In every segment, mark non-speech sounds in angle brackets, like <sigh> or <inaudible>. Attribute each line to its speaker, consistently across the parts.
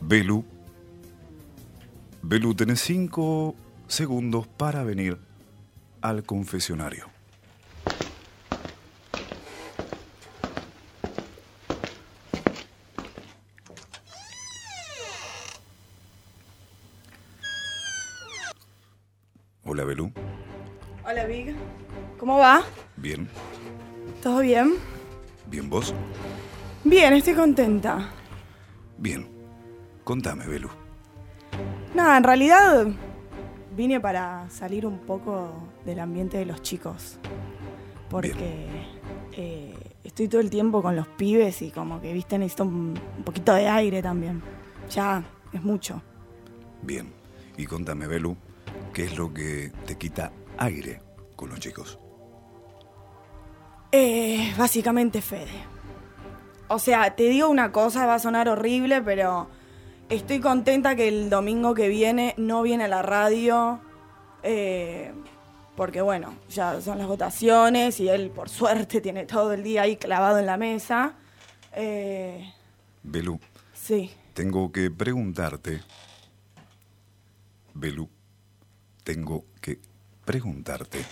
Speaker 1: Belu. Belu, tenés cinco segundos para venir al confesionario. Hola, Belu.
Speaker 2: Hola, Big. ¿Cómo va?
Speaker 1: Bien.
Speaker 2: ¿Todo bien?
Speaker 1: ¿Bien vos?
Speaker 2: Bien, estoy contenta.
Speaker 1: Bien. Contame, Belu.
Speaker 2: Nada, en realidad vine para salir un poco del ambiente de los chicos. Porque eh, estoy todo el tiempo con los pibes y como que, viste, necesito un, un poquito de aire también. Ya, es mucho.
Speaker 1: Bien. Y contame, Belu, ¿qué es lo que te quita aire con los chicos?
Speaker 2: Eh, básicamente Fede. O sea, te digo una cosa, va a sonar horrible, pero estoy contenta que el domingo que viene no viene a la radio. eh, porque bueno, ya son las votaciones y él por suerte tiene todo el día ahí clavado en la mesa. Eh,
Speaker 1: Belu,
Speaker 2: sí,
Speaker 1: tengo que preguntarte. Belu, tengo que preguntarte.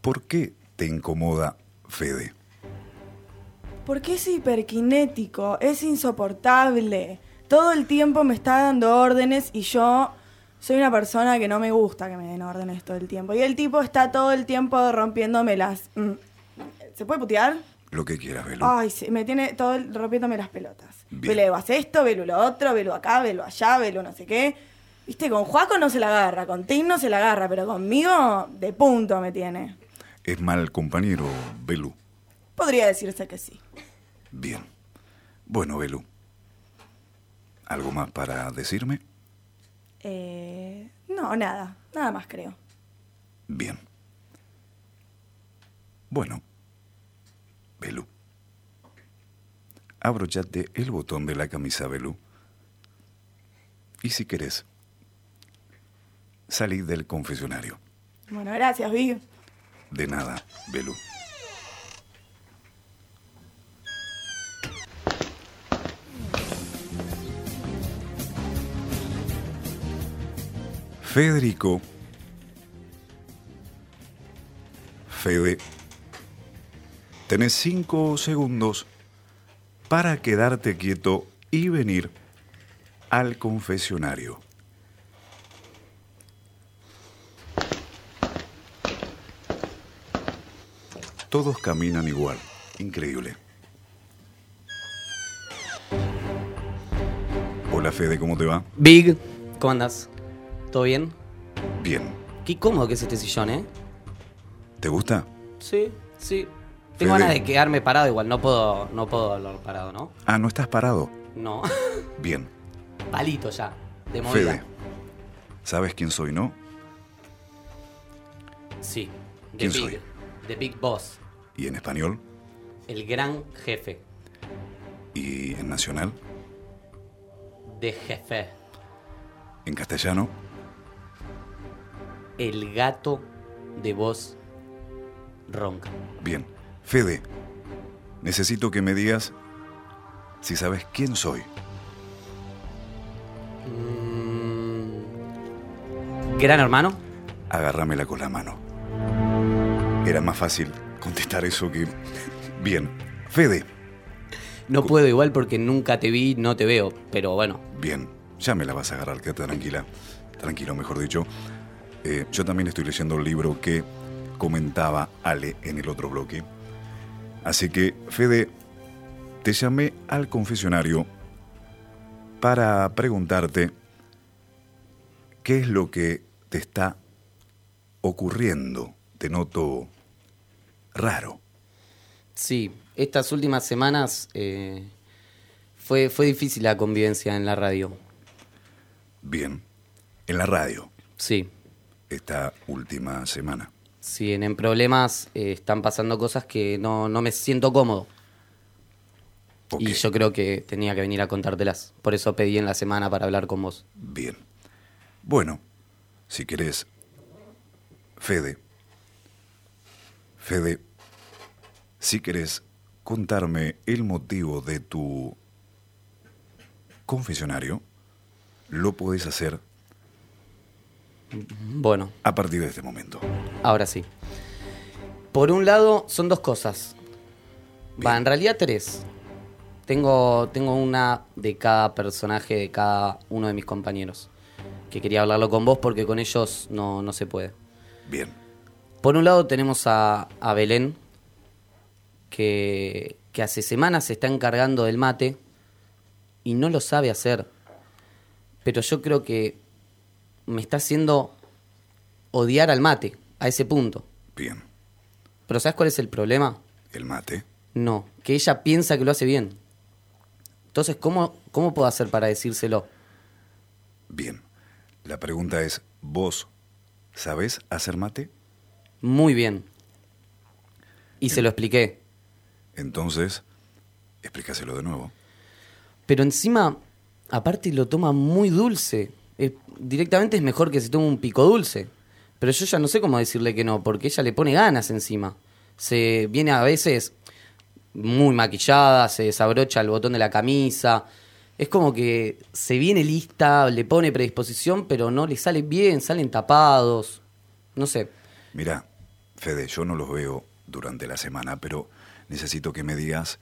Speaker 1: ¿Por qué te incomoda Fede?
Speaker 2: Porque es hiperkinético, es insoportable. Todo el tiempo me está dando órdenes y yo soy una persona que no me gusta que me den órdenes todo el tiempo. Y el tipo está todo el tiempo rompiéndome las... mm. ¿Se puede putear?
Speaker 1: Lo que quieras, Belu.
Speaker 2: Ay, sí, me tiene todo el- rompiéndome las pelotas.
Speaker 1: Bien.
Speaker 2: Velo, haz esto, velo lo otro, velo acá, velo allá, velo no sé qué. Viste, con Juaco no se la agarra, con Tim no se la agarra, pero conmigo de punto me tiene.
Speaker 1: Es mal compañero, Belu.
Speaker 2: Podría decirse que sí.
Speaker 1: Bien. Bueno, Belu. ¿Algo más para decirme?
Speaker 2: Eh, no, nada, nada más creo.
Speaker 1: Bien. Bueno, Belu. Abrochate el botón de la camisa, Belu. Y si querés, salí del confesionario.
Speaker 2: Bueno, gracias, Big.
Speaker 1: De nada, Belu. Federico. Fede. Tenés cinco segundos para quedarte quieto y venir al confesionario. Todos caminan igual. Increíble. Hola Fede, ¿cómo te va?
Speaker 3: Big, ¿cómo andas? ¿Todo bien?
Speaker 1: Bien.
Speaker 3: Qué cómodo que es este sillón, ¿eh?
Speaker 1: ¿Te gusta?
Speaker 3: Sí, sí. Tengo
Speaker 1: Fede.
Speaker 3: ganas de quedarme parado igual, no puedo, no puedo hablar parado, ¿no?
Speaker 1: Ah, no estás parado.
Speaker 3: No. <laughs>
Speaker 1: Bien.
Speaker 3: Palito ya, de movida.
Speaker 1: Fede. ¿Sabes quién soy, no?
Speaker 3: Sí. The
Speaker 1: ¿Quién
Speaker 3: Big.
Speaker 1: soy?
Speaker 3: The Big Boss.
Speaker 1: ¿Y en español?
Speaker 3: El gran jefe.
Speaker 1: ¿Y en nacional?
Speaker 3: De jefe.
Speaker 1: ¿En castellano?
Speaker 3: El gato de voz ronca.
Speaker 1: Bien. Fede, necesito que me digas si sabes quién soy.
Speaker 3: Mm. Gran hermano.
Speaker 1: Agárramela con la mano. Era más fácil contestar eso que... Bien. Fede.
Speaker 3: No puedo igual porque nunca te vi, no te veo, pero bueno.
Speaker 1: Bien, ya me la vas a agarrar, quédate tranquila. Tranquilo, mejor dicho. Eh, yo también estoy leyendo el libro que comentaba Ale en el otro bloque. Así que, Fede, te llamé al confesionario para preguntarte qué es lo que te está ocurriendo. Te noto raro.
Speaker 3: Sí, estas últimas semanas eh, fue, fue difícil la convivencia en la radio.
Speaker 1: Bien, en la radio
Speaker 3: Sí,
Speaker 1: esta última semana.
Speaker 3: sí, en, en problemas eh, están pasando cosas que no, no me siento cómodo.
Speaker 1: Ok.
Speaker 3: Y yo creo que tenía que venir a contártelas. Por eso pedí en la semana para hablar con vos.
Speaker 1: Bien. Bueno, si querés, Fede, Fede, si querés contarme el motivo de tu confesionario, lo podés hacer
Speaker 3: Bueno,
Speaker 1: a partir de este momento.
Speaker 3: ahora sí. Por un lado, son dos cosas. Va, en realidad tres. Tengo, tengo una de cada personaje, de cada uno de mis compañeros. Que quería hablarlo con vos porque con ellos no, no se puede.
Speaker 1: Bien.
Speaker 3: Por un lado tenemos a, a Belén, que, que hace semanas se está encargando del mate y no lo sabe hacer. Pero yo creo que me está haciendo odiar al mate, a ese punto.
Speaker 1: Bien.
Speaker 3: Pero ¿sabes cuál es el problema?
Speaker 1: El mate.
Speaker 3: No, que ella piensa que lo hace bien. Entonces, ¿cómo, cómo puedo hacer para decírselo?
Speaker 1: Bien. La pregunta es, ¿vos sabés hacer mate?
Speaker 3: Muy bien. Y se lo expliqué.
Speaker 1: Entonces, explícaselo de nuevo.
Speaker 3: Pero encima, aparte lo toma muy dulce. Eh, directamente es mejor que se tome un pico dulce. Pero yo ya no sé cómo decirle que no, porque ella le pone ganas encima. Se viene a veces muy maquillada, se desabrocha el botón de la camisa. Es como que se viene lista, le pone predisposición, pero no le sale bien, salen tapados. No sé.
Speaker 1: Mirá, Fede, yo no los veo durante la semana, pero necesito que me digas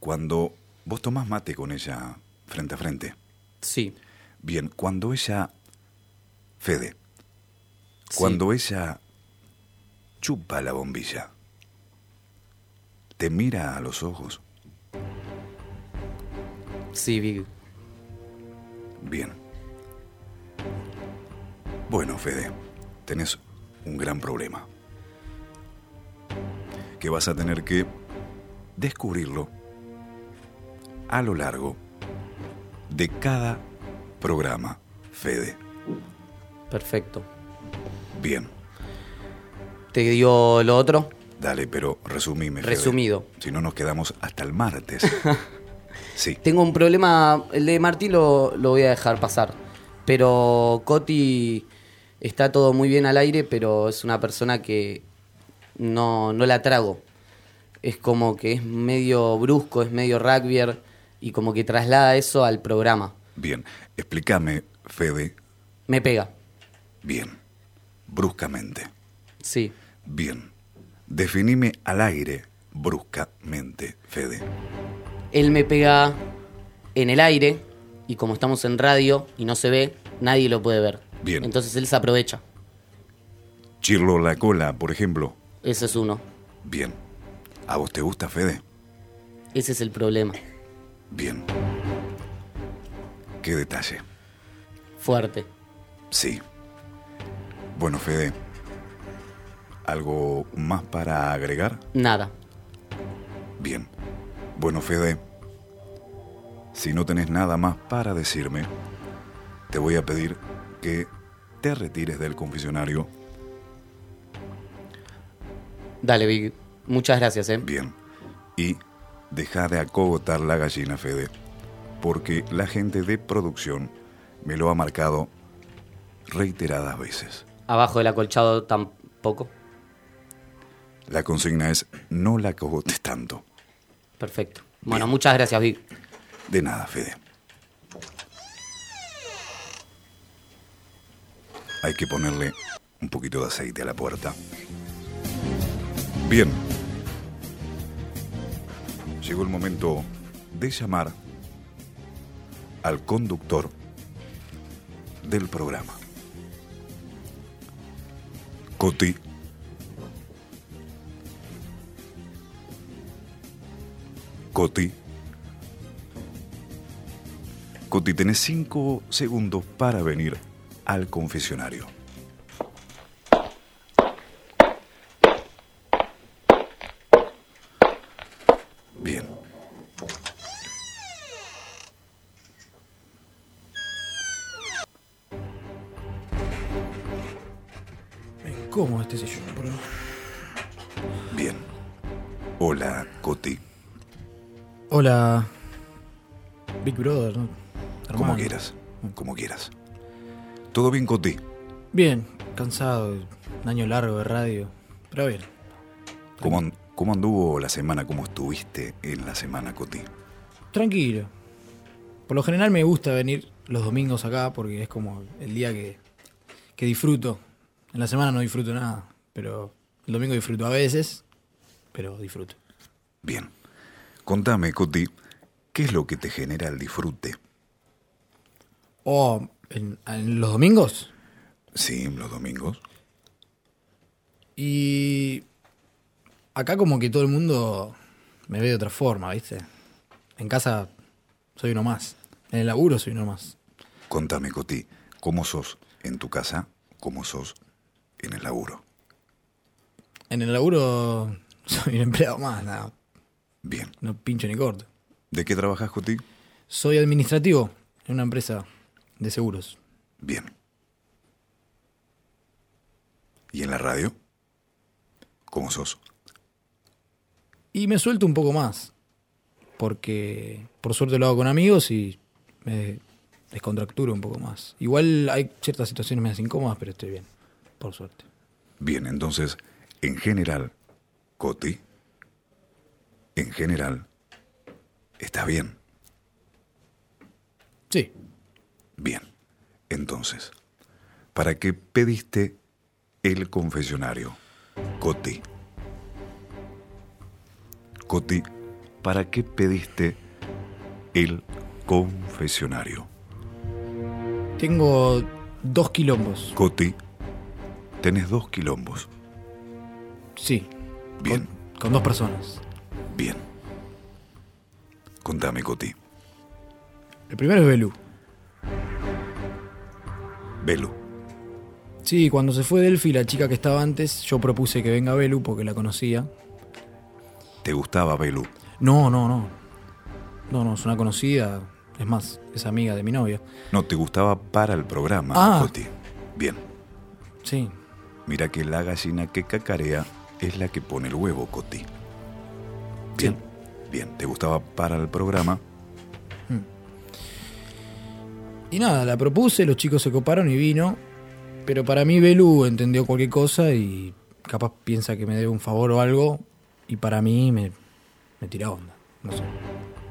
Speaker 1: cuando vos tomás mate con ella frente a frente.
Speaker 3: Sí.
Speaker 1: Bien, cuando ella... Fede,
Speaker 3: Sí.
Speaker 1: cuando ella chupa la bombilla, te mira a los ojos.
Speaker 3: Sí, Big.
Speaker 1: Bien. Bueno, Fede, tenés un gran problema. Que vas a tener que descubrirlo a lo largo de cada programa, Fede.
Speaker 3: Perfecto.
Speaker 1: Bien,
Speaker 3: ¿Te dio lo otro?
Speaker 1: dale, pero resumime. Fede.
Speaker 3: Resumido.
Speaker 1: Si no, nos quedamos hasta el martes. Sí,
Speaker 3: Tengo un problema, el de Martín lo, lo voy a dejar pasar. Pero Coti está todo muy bien al aire, pero es una persona que no, no la trago. Es como que es medio brusco, es medio rugbyer y como que traslada eso al programa.
Speaker 1: bien. Explícame, Fede,
Speaker 3: Me pega,
Speaker 1: bien, bruscamente.
Speaker 3: sí.
Speaker 1: Bien. Definime al aire bruscamente, Fede.
Speaker 3: Él me pega en el aire y como estamos en radio y no se ve, nadie lo puede ver.
Speaker 1: Bien.
Speaker 3: Entonces él se aprovecha.
Speaker 1: Chirlo la cola, por ejemplo.
Speaker 3: Ese es uno.
Speaker 1: Bien. ¿A vos te gusta, Fede?
Speaker 3: Ese es el problema.
Speaker 1: Bien. Qué detalle.
Speaker 3: Fuerte.
Speaker 1: Sí. Bueno, Fede. ¿Algo más para agregar?
Speaker 3: Nada.
Speaker 1: Bien. Bueno, Fede, si no tenés nada más para decirme, te voy a pedir que te retires del confesionario.
Speaker 3: Dale, Big. Muchas gracias, ¿eh?
Speaker 1: Bien. Y deja de acogotar la gallina, Fede, porque la gente de producción me lo ha marcado reiteradas veces.
Speaker 3: Abajo del acolchado tampoco.
Speaker 1: La consigna es no la acogotes tanto.
Speaker 3: Perfecto. Bueno, muchas gracias, Big.
Speaker 1: De nada, Fede. Hay que ponerle un poquito de aceite a la puerta. Bien. Llegó el momento de llamar al conductor del programa. Coti. Coti. Coti, tenés cinco segundos para venir al confesionario. Bien.
Speaker 4: ¿Cómo este sillón, bro?
Speaker 1: Bien. Hola, Coti.
Speaker 4: Hola. Big Brother, ¿no?
Speaker 1: Como
Speaker 4: Hermano.
Speaker 1: quieras. Como quieras. ¿Todo bien, Coti?
Speaker 4: Bien, cansado, un año largo de radio. Pero bien,
Speaker 1: ¿Cómo, an- cómo anduvo la semana? ¿Cómo estuviste en la semana, Coti?
Speaker 4: tranquilo. Por lo general me gusta venir los domingos acá porque es como el día que, que disfruto. En la semana no disfruto nada, pero el domingo disfruto a veces, pero disfruto.
Speaker 1: Bien. Contame, Coti, ¿qué es lo que te genera el disfrute?
Speaker 4: O en, en los domingos
Speaker 1: Sí, los domingos.
Speaker 4: y acá como que todo el mundo me ve de otra forma, ¿viste? En casa soy uno más, en el laburo soy uno más.
Speaker 1: Contame, Coti, ¿cómo sos en tu casa? ¿Cómo sos en el laburo?
Speaker 4: En el laburo <laughs> soy un empleado más, nada,
Speaker 1: Bien.
Speaker 4: no pincho ni corto.
Speaker 1: ¿De qué trabajas, Coti?
Speaker 4: Soy administrativo en una empresa de seguros.
Speaker 1: Bien. ¿Y en la radio? ¿Cómo sos?
Speaker 4: Y me suelto un poco más. Porque por suerte lo hago con amigos y me descontracturo un poco más. Igual hay ciertas situaciones más incómodas, pero estoy bien. Por suerte.
Speaker 1: Bien, entonces, en general, Coti, en general, estás bien.
Speaker 4: Sí.
Speaker 1: Bien. Entonces, ¿para qué pediste el confesionario? Coti. Coti, ¿para qué pediste el confesionario?
Speaker 4: Tengo dos quilombos.
Speaker 1: Coti, tenés dos quilombos.
Speaker 4: Sí.
Speaker 1: Bien.
Speaker 4: Con, con dos personas.
Speaker 1: Bien. Contame, Coti.
Speaker 4: El primero es Belú.
Speaker 1: Velo.
Speaker 4: Sí, cuando se fue Delphi, la chica que estaba antes, yo propuse que venga Belu porque la conocía.
Speaker 1: ¿Te gustaba Velo?
Speaker 4: No, no, no. No, no, es una conocida. Es más, es amiga de mi novia.
Speaker 1: No, te gustaba para el programa,
Speaker 4: Ah.
Speaker 1: Coti. Bien.
Speaker 4: Sí.
Speaker 1: Mira que la gallina que cacarea es la que pone el huevo, Coti. Bien. Bien, te gustaba para el programa.
Speaker 4: Y nada, la propuse, los chicos se coparon y vino. Pero para mí Belu entendió cualquier cosa y capaz piensa que me debe un favor o algo. Y para mí me, me tira onda. No sé.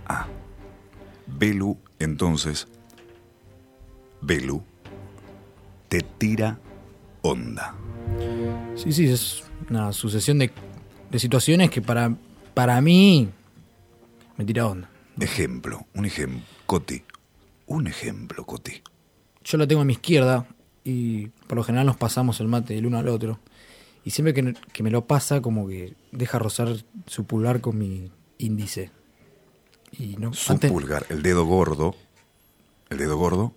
Speaker 1: Ah. Belu, entonces. Belu te tira onda.
Speaker 4: Sí, sí, es una sucesión de, de situaciones que para, para mí me tira onda.
Speaker 1: Ejemplo, un ejemplo. Coti. Un ejemplo, Coti.
Speaker 4: Yo la tengo a mi izquierda y por lo general nos pasamos el mate del uno al otro. Y siempre que, que me lo pasa, como que deja rozar su pulgar con mi índice. Y no,
Speaker 1: Su
Speaker 4: antes-
Speaker 1: pulgar, el dedo gordo. ¿El dedo gordo?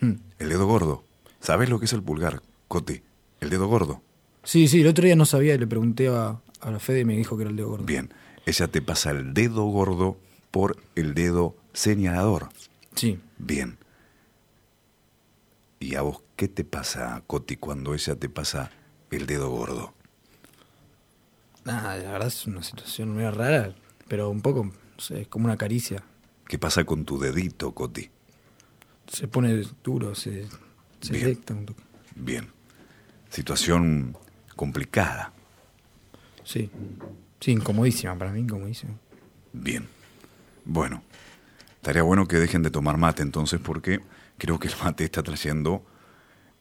Speaker 1: El dedo gordo. ¿Sabes lo que es el pulgar, Coti? El dedo gordo.
Speaker 4: Sí, sí, el otro día no sabía y le pregunté a, a la Fede y me dijo que era el dedo gordo.
Speaker 1: Bien, ella te pasa el dedo gordo por el dedo señalador.
Speaker 4: Sí.
Speaker 1: Bien. ¿Y a vos qué te pasa, Coti, cuando ella te pasa el dedo gordo?
Speaker 4: Nada, la verdad es una situación muy rara, pero un poco, no sé, es como una caricia.
Speaker 1: ¿Qué pasa con tu dedito, Coti?
Speaker 4: Se pone duro, se, se
Speaker 1: Bien.
Speaker 4: erecta un toque.
Speaker 1: Bien. Situación complicada.
Speaker 4: Sí. Sí, incomodísima, para mí incomodísima.
Speaker 1: Bien. Bueno, estaría bueno que dejen de tomar mate entonces porque creo que el mate está trayendo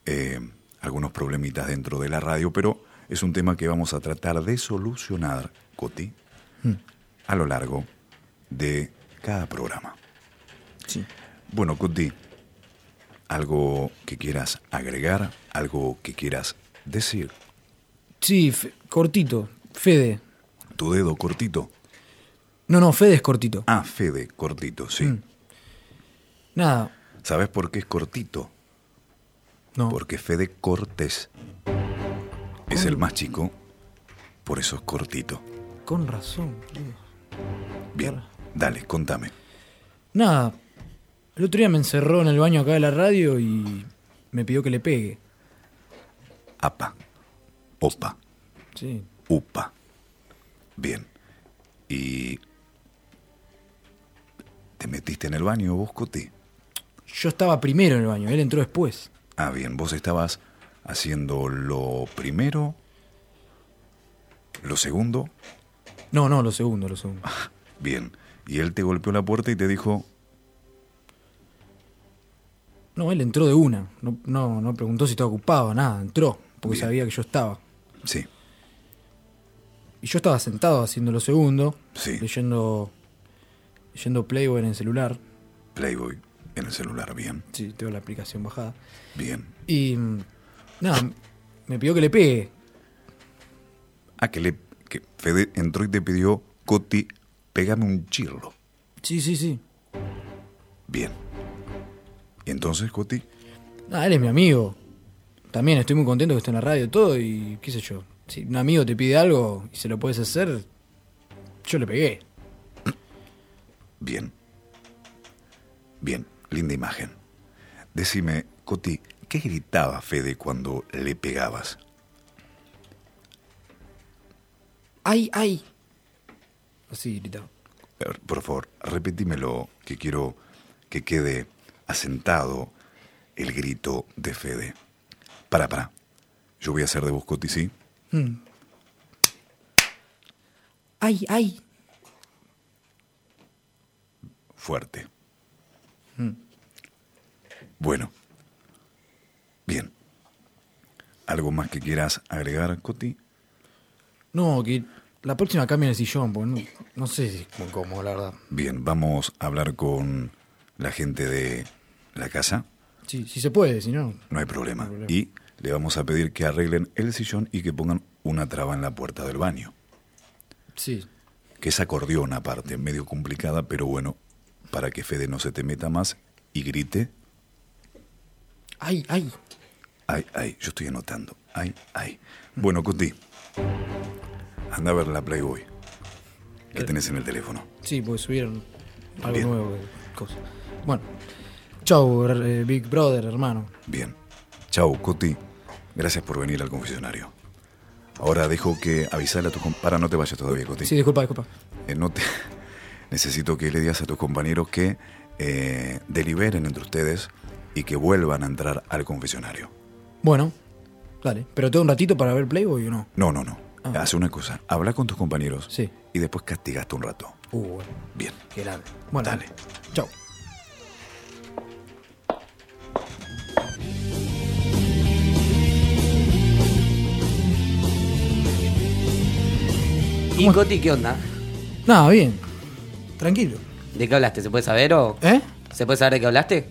Speaker 1: eh, algunos problemitas dentro de la radio, pero es un tema que vamos a tratar de solucionar, Coti, a lo largo de cada programa.
Speaker 4: Sí.
Speaker 1: Bueno, Coti, algo que quieras agregar, algo que quieras decir.
Speaker 4: Sí, Fe- cortito. Fede.
Speaker 1: Tu dedo cortito.
Speaker 4: No, no, Fede es cortito.
Speaker 1: Ah, Fede, cortito, sí.
Speaker 4: Mm. Nada.
Speaker 1: ¿Sabes por qué es cortito?
Speaker 4: No.
Speaker 1: Porque Fede Cortés es el más chico, por eso es cortito.
Speaker 4: Con razón. boludo.
Speaker 1: Bien, dale, contame.
Speaker 4: Nada. El otro día me encerró en el baño acá de la radio y me pidió que le pegue.
Speaker 1: Apa, opa,
Speaker 4: Sí.
Speaker 1: upa. Bien. ¿Y te metiste en el baño vos, Coti?
Speaker 4: Yo estaba primero en el baño, él entró después.
Speaker 1: Ah, bien, vos estabas haciendo lo primero, lo segundo.
Speaker 4: No, no, lo segundo, lo segundo.
Speaker 1: Bien. Y él te golpeó la puerta y te dijo,
Speaker 4: No, él entró de una. No, no, no preguntó si estaba ocupado, nada. Entró, porque
Speaker 1: Bien.
Speaker 4: sabía que yo estaba.
Speaker 1: Sí,
Speaker 4: Y yo estaba sentado haciendo lo segundo,
Speaker 1: Sí.
Speaker 4: leyendo, leyendo Playboy en el celular.
Speaker 1: Playboy en el celular, bien,
Speaker 4: Sí, tengo la aplicación bajada.
Speaker 1: bien.
Speaker 4: Y mm, nada, me pidió que le pegue.
Speaker 1: Ah, que, le, que Fede entró y te pidió, Coti, pégame un chirlo.
Speaker 4: Sí, sí, sí.
Speaker 1: Bien. Y entonces, Coti,
Speaker 4: Ah, él es mi amigo. También estoy muy contento que esté en la radio y todo y qué sé yo. Si un amigo te pide algo y se lo puedes hacer, yo le pegué.
Speaker 1: bien. Bien, linda imagen. Decime, Coti, ¿qué gritaba Fede cuando le pegabas?
Speaker 4: ¡Ay, ay! Así gritaba.
Speaker 1: A ver, Por favor, repetímelo, que quiero que quede asentado el grito de Fede. Para, para. Yo voy a hacer de vos, Coti, ¿sí?
Speaker 4: ¡Ay, ay!
Speaker 1: Fuerte. Mm. Bueno. Bien. ¿Algo más que quieras agregar, Coti?
Speaker 4: No, que la próxima cambia el sillón, porque no, no sé si es muy cómodo, la verdad.
Speaker 1: Bien, vamos a hablar con la gente de la casa.
Speaker 4: Sí, si se puede, si no.
Speaker 1: No hay problema. Y le vamos a pedir que arreglen el sillón y que pongan una traba en la puerta del baño.
Speaker 4: Sí.
Speaker 1: Que es acordeón aparte, medio complicada, pero bueno, para que Fede no se te meta más y grite.
Speaker 4: ¡Ay, ay!
Speaker 1: Ay, ay, yo estoy anotando. Ay, ay. Bueno, Cuti, anda a ver la Playboy.
Speaker 4: Eh.
Speaker 1: Que tenés en el teléfono.
Speaker 4: Sí, porque subieron algo
Speaker 1: Bien.
Speaker 4: nuevo. eh, Cosa. Bueno. Chau, eh, Big Brother, hermano.
Speaker 1: Bien. Chau, Coti. Gracias por venir al confesionario. Ahora dejo que avisarle a tus compañeros. Para, no te vayas todavía, Coti.
Speaker 4: Sí, disculpa, disculpa.
Speaker 1: Eh, no te- <laughs> Necesito que le digas a tus compañeros que eh, deliberen entre ustedes y que vuelvan a entrar al confesionario.
Speaker 4: Bueno, dale. ¿Pero tengo un ratito para ver Playboy o no?
Speaker 1: No, no, no.
Speaker 4: Ah.
Speaker 1: Haz una cosa. Habla con tus compañeros
Speaker 4: Sí.
Speaker 1: y después castigaste un rato.
Speaker 4: Uh, bueno.
Speaker 1: Bien.
Speaker 4: Qué grande. Bueno,
Speaker 1: Dale.
Speaker 4: Chau.
Speaker 3: ¿Y Coti qué onda?
Speaker 4: Nada, bien. Tranquilo.
Speaker 3: ¿De qué hablaste? ¿Se puede saber o...?
Speaker 4: ¿Eh?
Speaker 3: ¿Se puede saber de qué hablaste?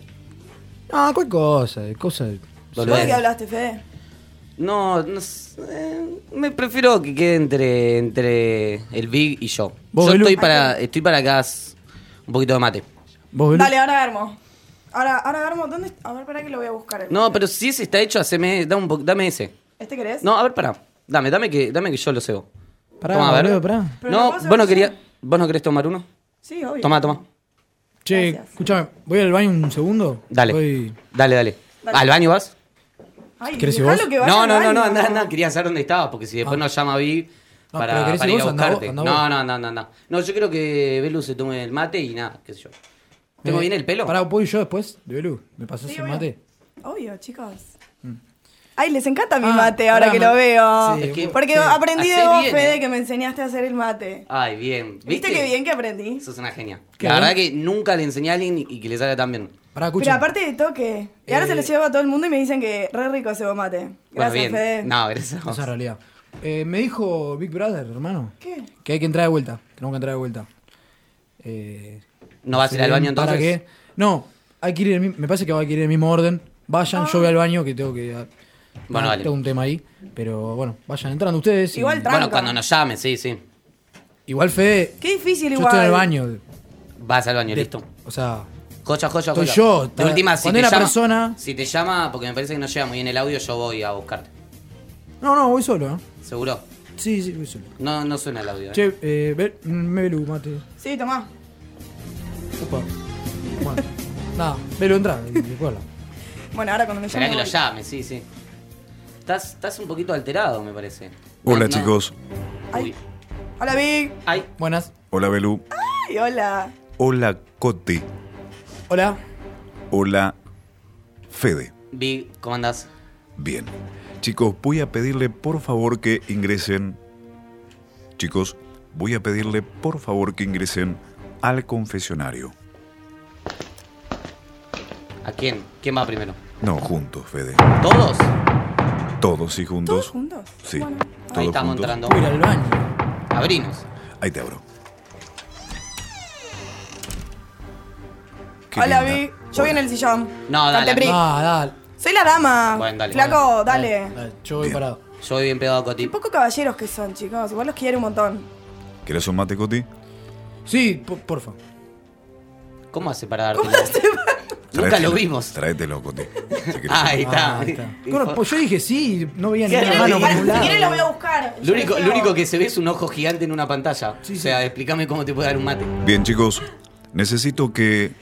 Speaker 4: Ah, cuál cosa, de cosa. de-
Speaker 2: ¿Vos de
Speaker 3: Volver.
Speaker 2: qué hablaste, Fede?
Speaker 3: No, no sé, eh, me prefiero que quede entre, entre el Big y yo.
Speaker 4: ¿Vos,
Speaker 3: Yo
Speaker 4: Belu?
Speaker 3: estoy para, estoy para que hagas un poquito de mate.
Speaker 4: ¿Vos, Belu?
Speaker 2: Dale, ahora Garmo. Ahora, ahora Garmo, ¿dónde? est- A ver, para que lo voy a buscar.
Speaker 3: No, pero si ese está hecho, haceme, da un po- dame ese.
Speaker 2: ¿Este querés?
Speaker 3: No, a ver, pará. Dame, dame que, dame que yo lo cebo.
Speaker 4: Pará,
Speaker 3: Toma, a ver.
Speaker 4: boludo, pará.
Speaker 2: Pero
Speaker 3: No,
Speaker 2: lo puedo
Speaker 3: vos no
Speaker 2: cebar
Speaker 3: querías,
Speaker 2: yo.
Speaker 3: vos no querés tomar uno.
Speaker 2: Sí, obvio.
Speaker 3: Toma, toma.
Speaker 4: Che,
Speaker 2: Gracias.
Speaker 4: escúchame, voy al baño un segundo.
Speaker 3: Dale.
Speaker 4: Voy-
Speaker 3: Dale, dale.
Speaker 2: Dale.
Speaker 3: ¿Al baño vas?
Speaker 2: Ay,
Speaker 4: ¿Querés ir
Speaker 2: dejalo
Speaker 4: vos?
Speaker 2: que vaya
Speaker 3: No,
Speaker 2: al
Speaker 3: no, no,
Speaker 2: baño.
Speaker 3: no, anda, anda, quería saber dónde estabas, porque si después nos llama Vi
Speaker 4: No,
Speaker 3: para,
Speaker 4: Ah. pero querés
Speaker 3: para
Speaker 4: ir
Speaker 3: ir a
Speaker 4: vos, andá vos,
Speaker 3: buscarte.
Speaker 4: andá
Speaker 3: no,
Speaker 4: vos.
Speaker 3: no, no, no, no. No, yo creo que Belu se tome el mate y nada, qué sé yo. ¿Tengo
Speaker 4: Eh,
Speaker 3: bien el pelo?
Speaker 4: Pará, ¿puedo ir yo después? De Belu, ¿me pasás
Speaker 2: Sí,
Speaker 4: el
Speaker 2: obvio.
Speaker 4: mate?
Speaker 2: Obvio, chicos. Ay, les encanta mi
Speaker 4: Mm. Ah,
Speaker 2: mate ahora
Speaker 4: pará,
Speaker 2: que
Speaker 4: ma-
Speaker 2: lo veo.
Speaker 4: sí,
Speaker 3: Es que-
Speaker 2: Porque
Speaker 4: sí.
Speaker 2: aprendí de
Speaker 3: Hacé
Speaker 2: vos,
Speaker 3: bien,
Speaker 2: Fede,
Speaker 3: eh.
Speaker 2: que me enseñaste a hacer el mate.
Speaker 3: Ay, bien. ¿Viste?
Speaker 2: ¿Viste qué bien que aprendí?
Speaker 3: Sos una genia.
Speaker 4: Qué
Speaker 3: la
Speaker 4: bien.
Speaker 3: verdad que nunca le enseñé a alguien y que le salga tan bien.
Speaker 2: Pero
Speaker 4: Pará, escucha.
Speaker 2: aparte de toque. Y ahora
Speaker 4: Eh,
Speaker 2: se lo llevo a todo el mundo y me dicen que re rico ese mate.
Speaker 3: bueno,
Speaker 2: Gracias,
Speaker 3: bien.
Speaker 2: Fede.
Speaker 3: No, gracias. a
Speaker 4: No
Speaker 3: vos.
Speaker 4: es realidad. Eh, me dijo Big Brother, hermano,
Speaker 2: ¿Qué?
Speaker 4: que hay que entrar de vuelta. que Tenemos que entrar de vuelta. Eh,
Speaker 3: ¿No vas a ir al baño entonces?
Speaker 4: ¿Para qué? No, hay que ir en el mi- me parece que va a ir en el mismo orden. Vayan, yo voy al baño que tengo que. Bueno,
Speaker 3: Bueno, dale.
Speaker 4: Tengo un tema ahí. Pero bueno, vayan entrando ustedes. y-
Speaker 2: Igual- Tranca.
Speaker 3: Bueno, cuando nos llame, sí, sí.
Speaker 4: igual Fede.
Speaker 2: Qué difícil
Speaker 4: yo
Speaker 2: igual.
Speaker 4: estoy en el baño.
Speaker 3: Vas al baño, listo.
Speaker 4: O sea,
Speaker 3: Joya, joya,
Speaker 4: Estoy
Speaker 3: joya.
Speaker 4: yo,
Speaker 3: De
Speaker 4: está-
Speaker 3: última, si
Speaker 4: cuando
Speaker 3: te
Speaker 4: era
Speaker 3: llama,
Speaker 4: persona-
Speaker 3: Si te llama, porque me parece que no llega muy bien el audio, yo voy a buscarte.
Speaker 4: no, no, voy solo, ¿eh?
Speaker 3: ¿Seguro?
Speaker 4: Sí, sí, voy solo.
Speaker 3: No, no suena el audio. ¿eh?
Speaker 4: Che, eh, ve- me velu, mate.
Speaker 2: Sí, tomá.
Speaker 4: Opa. Bueno, nada, velu, entra. Nicola.
Speaker 2: Bueno, ahora cuando me
Speaker 3: Será
Speaker 2: llamen.
Speaker 3: que lo
Speaker 2: voy.
Speaker 3: llame, sí, sí. Estás, estás un poquito alterado, me parece.
Speaker 1: Hola,
Speaker 3: No, no.
Speaker 1: chicos.
Speaker 2: Ay.
Speaker 3: Uy.
Speaker 2: Hola, Vic.
Speaker 3: Ay,
Speaker 4: Buenas.
Speaker 1: Hola, Belú.
Speaker 2: Ay, hola.
Speaker 1: Hola, Coti.
Speaker 4: Hola.
Speaker 1: Hola, Fede.
Speaker 3: Big, ¿cómo andás?
Speaker 1: Bien. Chicos, voy a pedirle por favor que ingresen. Chicos, voy a pedirle por favor que ingresen al confesionario.
Speaker 3: ¿A quién? ¿Quién va primero?
Speaker 1: No, juntos, Fede.
Speaker 3: ¿Todos?
Speaker 1: Todos y juntos.
Speaker 2: ¿Todos juntos?
Speaker 1: Sí.
Speaker 2: Bueno,
Speaker 1: todos
Speaker 3: Ahí estamos
Speaker 1: juntos.
Speaker 3: entrando.
Speaker 4: Voy a ir al baño.
Speaker 3: Abrinos.
Speaker 1: Ahí te abro. Qué
Speaker 2: Hola, Vi.
Speaker 1: linda.
Speaker 2: Yo vi en
Speaker 1: Hola.
Speaker 2: el sillón.
Speaker 3: No, dale.
Speaker 2: Cantepri.
Speaker 4: Ah, dale.
Speaker 2: Soy la dama.
Speaker 3: Bueno, dale.
Speaker 2: Flaco, Oh, dale.
Speaker 4: dale. Yo voy
Speaker 1: Bien.
Speaker 4: parado.
Speaker 3: Yo voy bien pegado a Coti.
Speaker 2: Qué poco caballeros que son, chicos. Igual los quiero un montón.
Speaker 1: ¿Querés un mate, Coti?
Speaker 4: Sí, por, porfa.
Speaker 3: ¿Cómo hace para darte? Nunca lo
Speaker 1: Tráetelo-
Speaker 3: vimos.
Speaker 1: Tráetelo, Coti. Si
Speaker 3: <laughs>
Speaker 1: querés.
Speaker 3: Ah, ahí está.
Speaker 4: Ah, ahí está. Bueno, pues yo dije sí, no veía
Speaker 3: Sí,
Speaker 4: ni una
Speaker 3: sí,
Speaker 4: mano
Speaker 3: sí.
Speaker 4: por
Speaker 2: Igual,
Speaker 4: un
Speaker 2: si
Speaker 4: lado.
Speaker 2: quieren los voy a buscar.
Speaker 3: Lo único,
Speaker 2: Yo
Speaker 3: lo
Speaker 2: les
Speaker 3: único
Speaker 2: hago.
Speaker 3: que se ve es un ojo gigante en una pantalla. o sea, explícame cómo te puede dar un mate.
Speaker 1: Bien, chicos, necesito que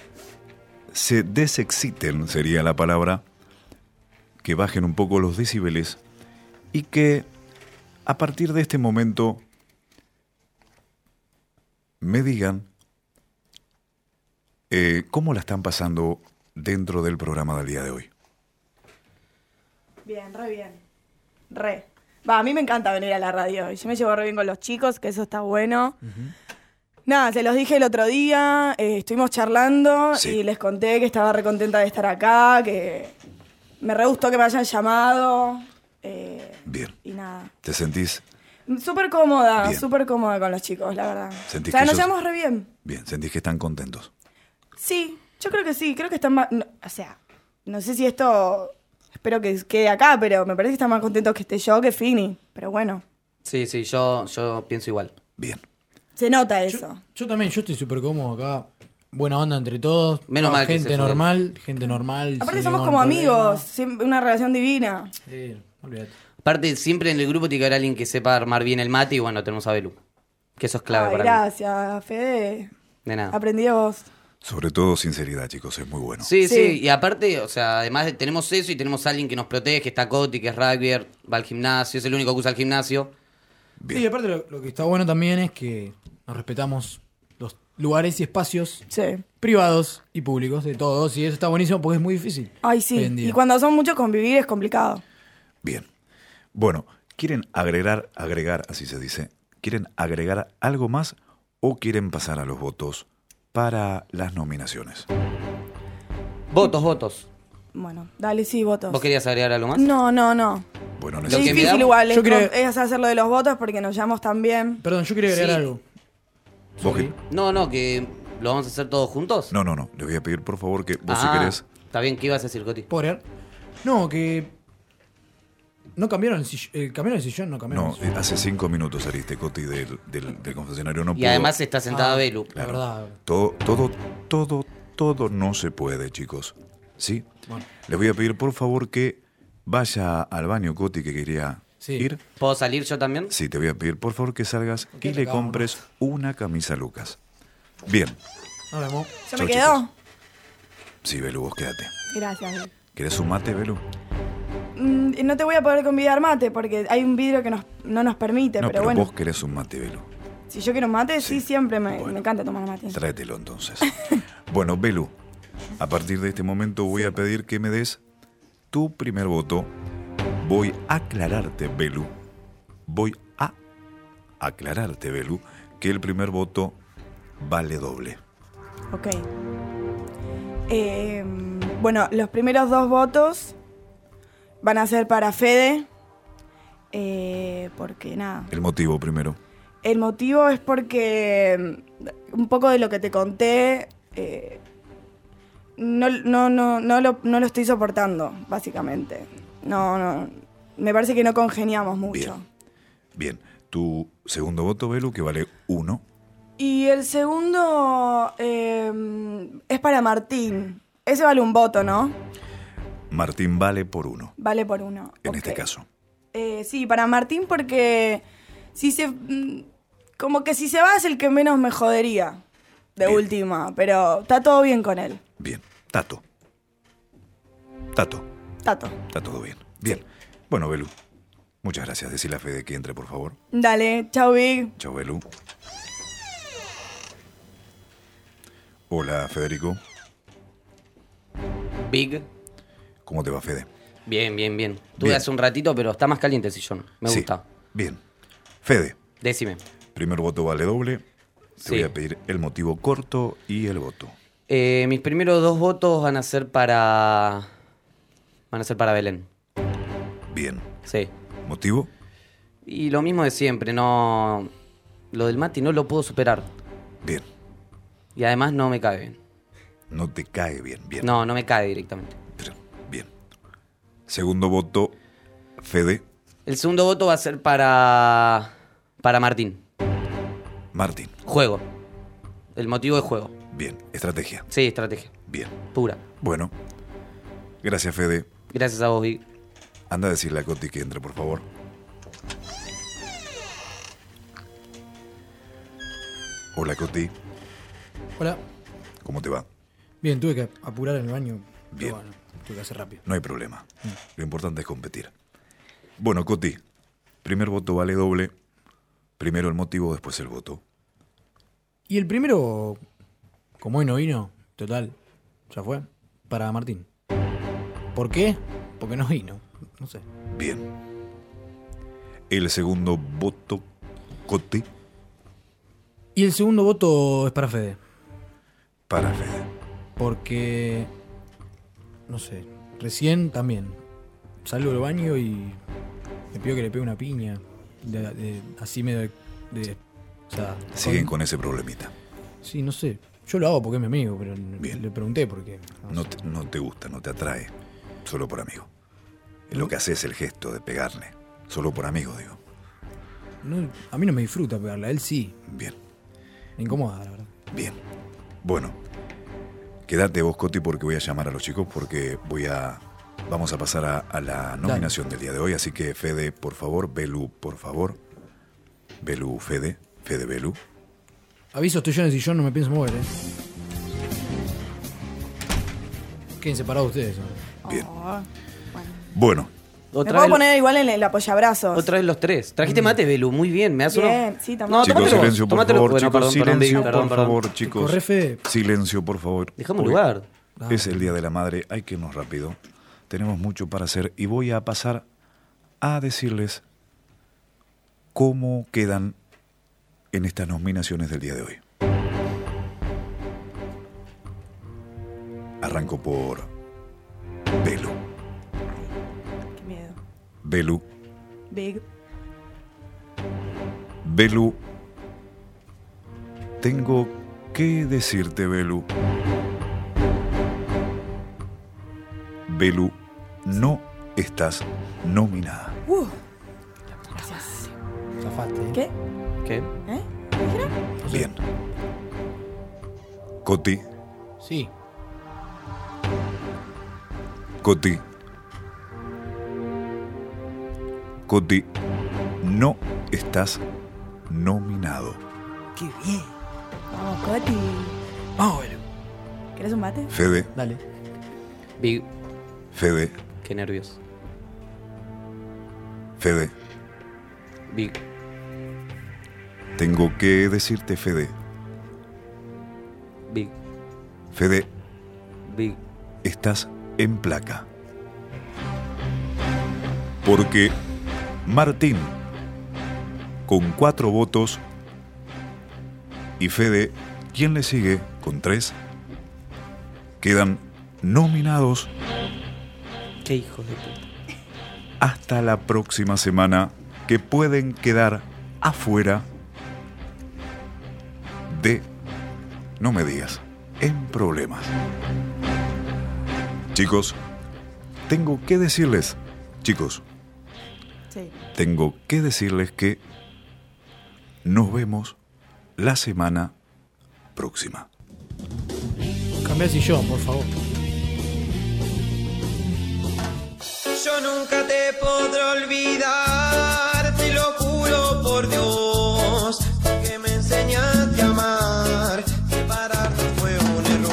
Speaker 1: se desexciten, sería la palabra, que bajen un poco los decibeles y que a partir de este momento me digan eh, cómo la están pasando dentro del programa del día de hoy.
Speaker 2: Bien, re bien. Re. Va, a mí me encanta venir a la radio. Y yo me llevo re bien con los chicos, que eso está bueno. Nada, se los dije el otro día, eh, estuvimos charlando
Speaker 1: Sí.
Speaker 2: y les conté que estaba re contenta de estar acá, que me re gustó que me hayan llamado. eh,
Speaker 1: Bien,
Speaker 2: y nada.
Speaker 1: ¿te sentís
Speaker 2: Súper cómoda,
Speaker 1: Bien.
Speaker 2: súper cómoda con los chicos, la verdad.
Speaker 1: Sentís
Speaker 2: o sea,
Speaker 1: que
Speaker 2: nos
Speaker 1: ellos-
Speaker 2: llevamos re bien.
Speaker 1: bien? ¿Sentís que están contentos?
Speaker 2: Sí, yo creo que sí, creo que están más... no, o sea, no sé si esto... Espero que quede acá, pero me parece que están más contentos que esté yo que Fini. Pero bueno,
Speaker 3: Sí, sí, yo, yo pienso igual.
Speaker 1: Bien.
Speaker 2: se nota
Speaker 4: Yo,
Speaker 2: eso.
Speaker 4: yo también, yo estoy súper cómodo acá. Buena onda entre todos. Ah,
Speaker 3: Menos mal que
Speaker 4: Gente
Speaker 3: se fue.
Speaker 4: normal, gente normal.
Speaker 2: Aparte
Speaker 4: sin
Speaker 2: somos
Speaker 4: ningún
Speaker 2: como
Speaker 4: problema.
Speaker 2: amigos, siempre una relación divina.
Speaker 4: Sí, olvídate.
Speaker 3: Aparte, siempre en el grupo tiene que haber alguien que sepa armar bien el mate y bueno, tenemos a Belu. Que eso es clave
Speaker 2: Ay,
Speaker 3: para mí. Ah.
Speaker 2: gracias, Fede.
Speaker 3: De nada.
Speaker 2: Aprendí a vos.
Speaker 1: Sobre todo sinceridad, chicos, es muy bueno.
Speaker 3: Sí, sí,
Speaker 2: Sí.
Speaker 3: y aparte, o sea, además de- tenemos eso y tenemos a alguien que nos protege, está Coti, que es rugbyer, va al gimnasio, es el único que usa el gimnasio.
Speaker 1: Bien.
Speaker 4: Sí, aparte lo, lo que está bueno también es que nos respetamos los lugares y espacios
Speaker 2: Sí.
Speaker 4: privados y públicos de todos. Y eso está buenísimo porque es muy difícil.
Speaker 2: Ay,
Speaker 4: hoy
Speaker 2: sí.
Speaker 4: en día.
Speaker 2: Y cuando son muchos convivir es complicado.
Speaker 1: Bien. Bueno, ¿quieren agregar, agregar, así se dice? ¿Quieren agregar algo más o quieren pasar a los votos para las nominaciones?
Speaker 3: Votos, votos.
Speaker 2: Bueno, dale, sí, votos.
Speaker 3: ¿Vos querías agregar algo más?
Speaker 2: No, no, no.
Speaker 1: Bueno,
Speaker 3: Lo
Speaker 2: Es
Speaker 3: que
Speaker 1: necesito-
Speaker 2: difícil
Speaker 3: quedamos-
Speaker 2: igual, es,
Speaker 4: Yo creo-
Speaker 2: es hacer lo de los votos porque nos llamamos también.
Speaker 4: Perdón, yo quería agregar
Speaker 3: Sí.
Speaker 4: algo.
Speaker 1: vos
Speaker 4: Sorry.
Speaker 1: que-
Speaker 3: No, no, que lo vamos a hacer todos juntos.
Speaker 1: No, no, no. Les voy a pedir, por favor, que vos
Speaker 3: Ah,
Speaker 1: si querés...
Speaker 3: Está bien, ¿qué ibas a decir, Coti?
Speaker 4: Por No, que. No cambiaron el sillón. eh, cambiaron el sillón, no cambiaron.
Speaker 1: No,
Speaker 4: el
Speaker 1: eh,
Speaker 4: sillón.
Speaker 1: hace cinco minutos saliste, Coti, del, del, del confesionario. No
Speaker 3: Y
Speaker 1: pudo.
Speaker 3: además está sentada
Speaker 4: Ah.
Speaker 3: Belu.
Speaker 4: La verdad.
Speaker 1: Todo, todo, todo, todo no se puede, chicos. ¿Sí? Les voy a pedir, por favor, que vaya al baño, Coti, que quería
Speaker 4: Sí.
Speaker 1: ir.
Speaker 3: ¿Puedo salir yo también?
Speaker 1: Sí, te voy a pedir por favor que salgas
Speaker 4: Ok,
Speaker 1: y le
Speaker 4: acabamos.
Speaker 1: compres una camisa a Lucas. Bien.
Speaker 4: Nos vemos.
Speaker 2: ¿Se
Speaker 1: Chau,
Speaker 2: me quedó?
Speaker 1: chicos. Sí, Belu, vos quédate.
Speaker 2: Gracias.
Speaker 1: ¿Querés un mate, Belu?
Speaker 2: Mm, no te voy a poder convidar mate porque hay un vidrio que nos- no nos permite,
Speaker 1: no,
Speaker 2: pero,
Speaker 1: pero
Speaker 2: bueno.
Speaker 1: vos querés un mate, Belu.
Speaker 2: Si yo quiero un mate, sí,
Speaker 1: Sí.
Speaker 2: siempre me,
Speaker 1: Bueno.
Speaker 2: me encanta tomar mate.
Speaker 1: Tráetelo entonces. <laughs> bueno, Belu, a partir de este momento voy a pedir que me des tu primer voto. Voy a aclararte, Belu. Voy a aclararte, Belu, que el primer voto vale doble.
Speaker 2: Ok. Eh, bueno, los primeros dos votos van a ser para Fede. eh, porque nada.
Speaker 1: El motivo primero.
Speaker 2: El motivo es porque mm, un poco de lo que te conté eh, no, no, no, no, lo, no lo estoy soportando, básicamente. No, no. Me parece que no congeniamos mucho.
Speaker 1: Bien. Bien, tu segundo voto, Belu, que vale uno.
Speaker 2: Y el segundo eh, es para Martín. Ese vale un voto, ¿no?
Speaker 1: Martín vale por uno,
Speaker 2: Vale por uno.
Speaker 1: en
Speaker 2: Ok.
Speaker 1: este caso.
Speaker 2: Eh, sí, para Martín porque si se... mm, Como que si se va es el que menos me jodería. De
Speaker 1: Bien.
Speaker 2: última, pero está todo bien con él.
Speaker 1: Bien. Tato. Tato.
Speaker 2: Tato.
Speaker 1: Está todo bien. Bien. Bueno, Belu. Muchas gracias. Decirle a Fede que entre, por favor.
Speaker 2: Dale, chau Big.
Speaker 1: Chao, Belu. Hola, Federico.
Speaker 3: Big.
Speaker 1: ¿Cómo te va, Fede?
Speaker 3: Bien, bien, bien. Tuve
Speaker 1: Bien.
Speaker 3: hace un ratito, pero está más caliente el sillón. Me
Speaker 1: Sí.
Speaker 3: gusta.
Speaker 1: Bien. Fede,
Speaker 3: Decime.
Speaker 1: primer voto vale doble. Te
Speaker 3: Sí.
Speaker 1: voy a pedir el motivo corto y el voto.
Speaker 3: Eh, mis primeros dos votos van a ser para. Van a ser para Belén.
Speaker 1: Bien.
Speaker 3: Sí.
Speaker 1: ¿Motivo?
Speaker 3: Y lo mismo de siempre, no. Lo del Mati no lo puedo superar.
Speaker 1: Bien.
Speaker 3: Y además no me cae bien.
Speaker 1: No te cae bien, bien.
Speaker 3: No, no me cae directamente.
Speaker 1: Pero, bien. Segundo voto, Fede,
Speaker 3: El segundo voto va a ser para. para Martín.
Speaker 1: Martín.
Speaker 3: Juego. El motivo de juego.
Speaker 1: Bien. Estrategia.
Speaker 3: Sí, estrategia.
Speaker 1: Bien.
Speaker 3: Pura.
Speaker 1: Bueno. Gracias, Fede.
Speaker 3: Gracias a vos, Vic.
Speaker 1: Anda a decirle a Coti que entre, por favor. Hola, Coti.
Speaker 4: Hola.
Speaker 1: ¿Cómo te va?
Speaker 4: Bien, tuve que apurar en el baño. pero
Speaker 1: Bien.
Speaker 4: bueno, tuve que hacer rápido.
Speaker 1: No hay problema. Lo importante es competir. Bueno, Coti, primer voto vale doble. Primero el motivo, después el voto.
Speaker 4: Y el primero, como hoy no vino, total, ya fue, para Martín. ¿Por qué? Porque no vino, no sé.
Speaker 1: Bien. El segundo voto, Coti,
Speaker 4: Y el segundo voto es para Fede,
Speaker 1: para Fede.
Speaker 4: porque, no sé, recién también. Salgo del baño y le pido que le pegue una piña, de- de- así medio de... de- o sea,
Speaker 1: Siguen
Speaker 4: con-
Speaker 1: con ese problemita.
Speaker 4: Sí, no sé. Yo lo hago porque es mi amigo, pero
Speaker 1: Bien.
Speaker 4: le pregunté por qué.
Speaker 1: No te, no te gusta, no te atrae. Solo por amigo. Lo que hace es el gesto de pegarle. Solo por amigo, digo.
Speaker 4: No, a mí no me disfruta pegarla, a él sí.
Speaker 1: Bien,
Speaker 4: Me incomoda, la verdad.
Speaker 1: bien. Bueno, quédate vos, Coti, porque voy a llamar a los chicos porque voy a. Vamos a pasar a, a la nominación del día de hoy. Así que Fede, por favor. Belu, por favor. Belu, Fede. Fede, Belu.
Speaker 4: Avisos tuyos y yo no me pienso mover, eh. Queden separados ustedes. ¿no?
Speaker 1: Bien.
Speaker 2: Oh, bueno.
Speaker 1: Bueno,
Speaker 2: Me
Speaker 3: Otra
Speaker 2: puedo
Speaker 3: vez,
Speaker 2: poner igual en el apoyabrazos.
Speaker 3: otra vez los tres. Trajiste mate, Belu. Muy bien, me das uno.
Speaker 2: Bien, sí, también.
Speaker 3: No,
Speaker 2: Chicos,
Speaker 1: chicos,
Speaker 3: tomátelo vos, tomátelo-
Speaker 1: silencio, por favor.
Speaker 3: bueno,
Speaker 1: Chicos,
Speaker 3: perdón, perdón,
Speaker 1: silencio,
Speaker 3: Vic, perdón,
Speaker 1: por
Speaker 3: perdón.
Speaker 1: favor, chicos.
Speaker 4: Corre, Fede.
Speaker 1: Silencio, por favor.
Speaker 3: Dejame un
Speaker 1: Hoy
Speaker 3: lugar.
Speaker 1: Es el Día de la Madre, hay que irnos rápido. Tenemos mucho para hacer y voy a pasar a decirles cómo quedan en estas nominaciones del día de hoy. Arranco por Belu.
Speaker 2: Qué miedo.
Speaker 1: Belu,
Speaker 2: Big.
Speaker 1: Belu. Tengo que decirte, Belu. Belu, no estás nominada.
Speaker 2: Uh. Gracias.
Speaker 4: Zafaste. ¿eh?
Speaker 2: ¿Qué?
Speaker 3: ¿Qué?
Speaker 2: ¿Eh?
Speaker 4: No sé.
Speaker 1: Bien. Coti,
Speaker 4: Sí.
Speaker 1: Coti. Coti, no estás nominado.
Speaker 4: Qué bien.
Speaker 2: Vamos, Coti.
Speaker 4: Vamos, Belu.
Speaker 2: ¿Querés un mate?
Speaker 1: Fede,
Speaker 4: Dale.
Speaker 3: Big,
Speaker 1: Fede,
Speaker 3: qué nervios.
Speaker 1: Fede.
Speaker 3: Big,
Speaker 1: Tengo que decirte, Fede.
Speaker 3: Big,
Speaker 1: Fede,
Speaker 3: Big.
Speaker 1: estás en placa. Porque Martín, con cuatro votos, y Fede, quien le sigue con tres, quedan nominados
Speaker 3: Qué hijo de puta.
Speaker 1: hasta la próxima semana que pueden quedar afuera de, no me digas, en problemas. Chicos, tengo que decirles, chicos,
Speaker 2: Sí.
Speaker 1: tengo que decirles que nos vemos la semana próxima.
Speaker 4: Cambia el sillón, por favor.
Speaker 5: Yo nunca te podré olvidar, te lo juro por Dios, que me enseñaste a amar, que pararte fue un error.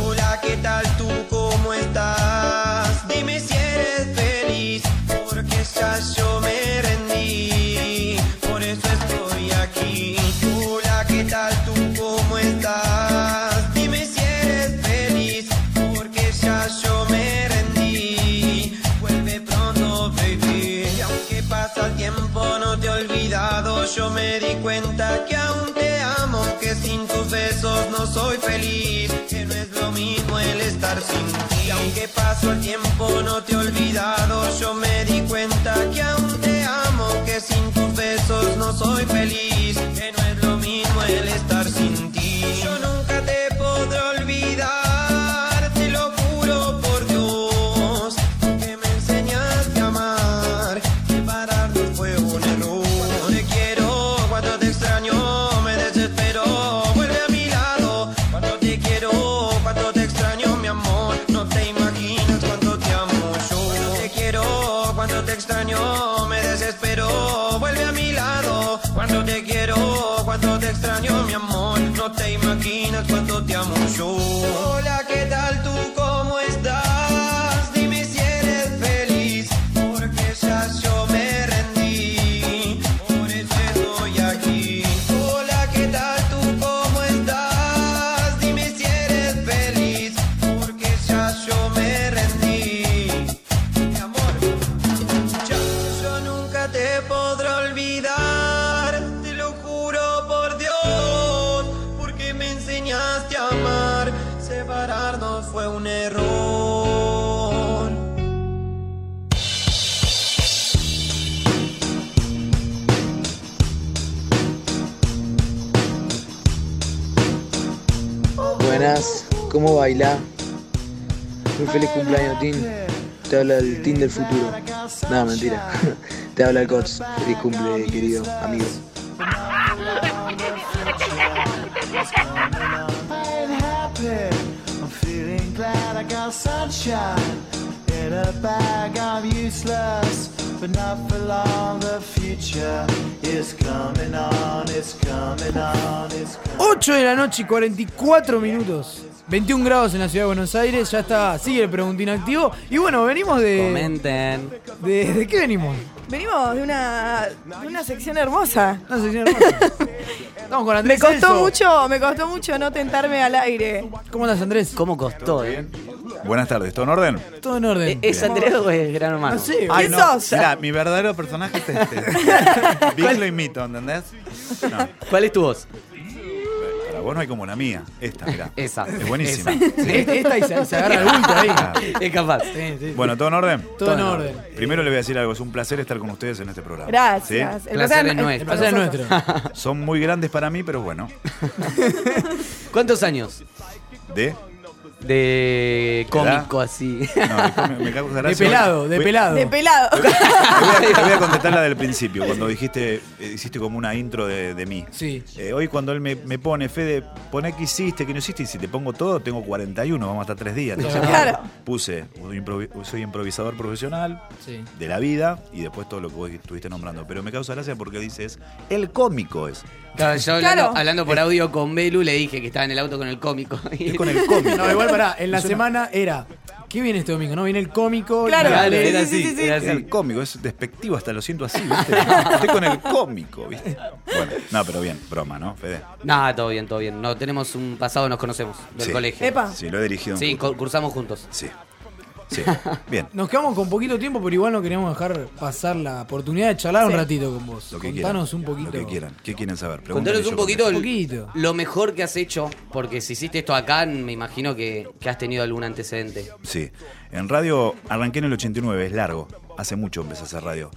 Speaker 5: Hola, ¿qué tal tú? ¿Cómo estás? Dime si eres feliz, porque ya yo me rendí, por eso estoy aquí. Hola, ¿qué tal tú? ¿Cómo estás? Dime si eres feliz, porque ya yo me rendí. Vuelve pronto, baby. Y aunque pasa el tiempo, no te he olvidado. Yo me di cuenta que aún te amo, que sin tus besos no soy feliz. Que no es conmigo el estar sin ti. Y aunque pasó el tiempo no te he olvidado, yo me di cuenta que aún te amo, que sin tus besos no soy feliz, que no es lo mismo el estar sin ti. Yo nunca te podré olvidar, te lo juro por Dios, que me enseñaste a amar, que pararnos fue un error. Cuando te quiero, cuando te extraño, me desespero, vuelve a mi lado. Cuando te quiero, cuando te extraño, mi amor, no te imaginas cuánto te amo yo. Cuando te quiero, cuando te extraño, me desespero, vuelve a mi lado. Cuando te quiero, cuando te extraño, mi amor, no te imaginas cuánto te amo yo. Hola, ¿qué tal tú? ¿Cómo estás? Dime si eres feliz, porque ya yo me rendí, por eso estoy aquí. Hola, ¿qué tal tú? ¿Cómo estás? Dime si eres feliz, porque ya yo me rendí. Mi amor, ya. Yo nunca te podré olvidar, te lo juro por Dios, porque me enseñaste a amar, separarnos fue un error.
Speaker 6: Buenas, ¿cómo baila? Muy feliz cumpleaños, Tim. Te habla el Tim del futuro. No, mentira. <laughs> Te habla el Cots. Feliz cumple, querido amigo.
Speaker 7: ain't happy. I'm feeling glad I got sunshine in a bag. I'm useless, but not for long. The future is coming on, it's coming on, it's coming
Speaker 4: 8 de la noche y 44 minutos. 21 grados en la ciudad de Buenos Aires, ya está, sigue el preguntín activo. Y bueno, venimos de.
Speaker 3: Comenten.
Speaker 4: ¿De, de qué venimos?
Speaker 2: Venimos de una, de una sección hermosa.
Speaker 4: No
Speaker 2: <laughs>
Speaker 4: sé, señor. Estamos con
Speaker 2: Me
Speaker 4: Andrés.
Speaker 2: costó
Speaker 4: Celso.
Speaker 2: mucho, me costó mucho no tentarme al aire.
Speaker 4: ¿Cómo andas, Andrés?
Speaker 3: ¿Cómo costó, eh?
Speaker 8: Buenas tardes, ¿todo en orden?
Speaker 4: Todo en orden.
Speaker 2: Eh,
Speaker 4: Ah,
Speaker 3: ¿Es Andrés o es Gran Hermano?
Speaker 4: No
Speaker 2: ah,
Speaker 4: sé.
Speaker 8: Ay, no.
Speaker 2: sos?
Speaker 8: Mirá, mi verdadero personaje es este. Vic lo imito, ¿entendés? No,
Speaker 3: ¿Cuál es tu voz?
Speaker 8: para Ah, vos no hay como la mía. Esta, mirá.
Speaker 3: Esa.
Speaker 8: Es buenísima.
Speaker 3: Esa.
Speaker 4: Es- Esta y se, se agarra el bulto ahí.
Speaker 2: <laughs>
Speaker 3: Es capaz.
Speaker 4: Sí, sí.
Speaker 8: Bueno, ¿todo en orden?
Speaker 4: Todo en orden.
Speaker 8: Primero le voy a decir algo, es un placer estar con ustedes en este programa.
Speaker 2: Gracias.
Speaker 8: ¿Sí?
Speaker 2: El
Speaker 3: Placer es
Speaker 4: El
Speaker 3: nuestro.
Speaker 4: placer es nuestro.
Speaker 8: Son muy grandes para mí, pero bueno.
Speaker 3: ¿Cuántos años
Speaker 8: De.
Speaker 3: de cómico
Speaker 8: ¿Edad?
Speaker 3: así?
Speaker 8: No, después me, me cago en
Speaker 4: De
Speaker 8: gracia.
Speaker 4: pelado, de
Speaker 8: Voy-
Speaker 4: pelado.
Speaker 2: De pelado.
Speaker 8: Te voy, a, te voy a contestar la del principio, cuando dijiste, eh, hiciste como una intro de, de mí.
Speaker 4: Sí.
Speaker 8: Eh, hoy cuando él me, me pone, Fede, pone que hiciste, que no hiciste, y si te pongo todo, tengo 41, vamos hasta tres días. Entonces,
Speaker 2: Claro.
Speaker 8: Puse, soy improvi- soy improvisador profesional
Speaker 4: Sí.
Speaker 8: de la vida y después todo lo que vos estuviste nombrando. Pero me causa gracia porque dices, el cómico es.
Speaker 3: Claro, yo hablando,
Speaker 2: Claro.
Speaker 3: hablando por audio con Belu le dije que estaba en el auto con el <laughs> cómico. Y-
Speaker 8: Es con
Speaker 4: <laughs>
Speaker 8: el cómico.
Speaker 4: No, igual pará, en la semana era. ¿Qué viene este domingo? No, viene el cómico.
Speaker 2: Claro.
Speaker 4: la-
Speaker 3: Claro,
Speaker 2: Sí,
Speaker 3: era
Speaker 2: sí,
Speaker 3: así,
Speaker 2: sí, sí.
Speaker 3: era
Speaker 8: Es
Speaker 3: así.
Speaker 8: el cómico, es despectivo, hasta lo siento así, ¿viste? <laughs> Estoy con el cómico, ¿viste? Bueno, no, pero bien, broma, ¿no, Fede?
Speaker 3: No, todo bien, todo bien. No, tenemos un pasado, nos conocemos del
Speaker 8: Sí.
Speaker 3: colegio.
Speaker 4: Ah.
Speaker 2: Epa.
Speaker 8: Sí, lo he dirigido. en
Speaker 3: Sí,
Speaker 8: curso.
Speaker 3: co- cursamos juntos.
Speaker 8: Sí.
Speaker 4: <laughs>
Speaker 8: Sí. Bien.
Speaker 4: Nos quedamos con poquito tiempo, pero igual no queríamos dejar pasar la oportunidad de charlar un ratito con vos.
Speaker 8: Lo que
Speaker 4: Contanos
Speaker 8: quieran,
Speaker 4: un poquito.
Speaker 8: Lo que quieran. ¿Qué quieren saber? Pregúntenle,
Speaker 3: Contanos un
Speaker 8: yo
Speaker 3: poquito, el-
Speaker 4: Poquito.
Speaker 3: lo mejor que has hecho, porque si hiciste esto acá, me imagino que, que has tenido algún antecedente.
Speaker 8: contesto. Sí. En radio arranqué en el 89, es largo. Hace mucho empecé a hacer radio.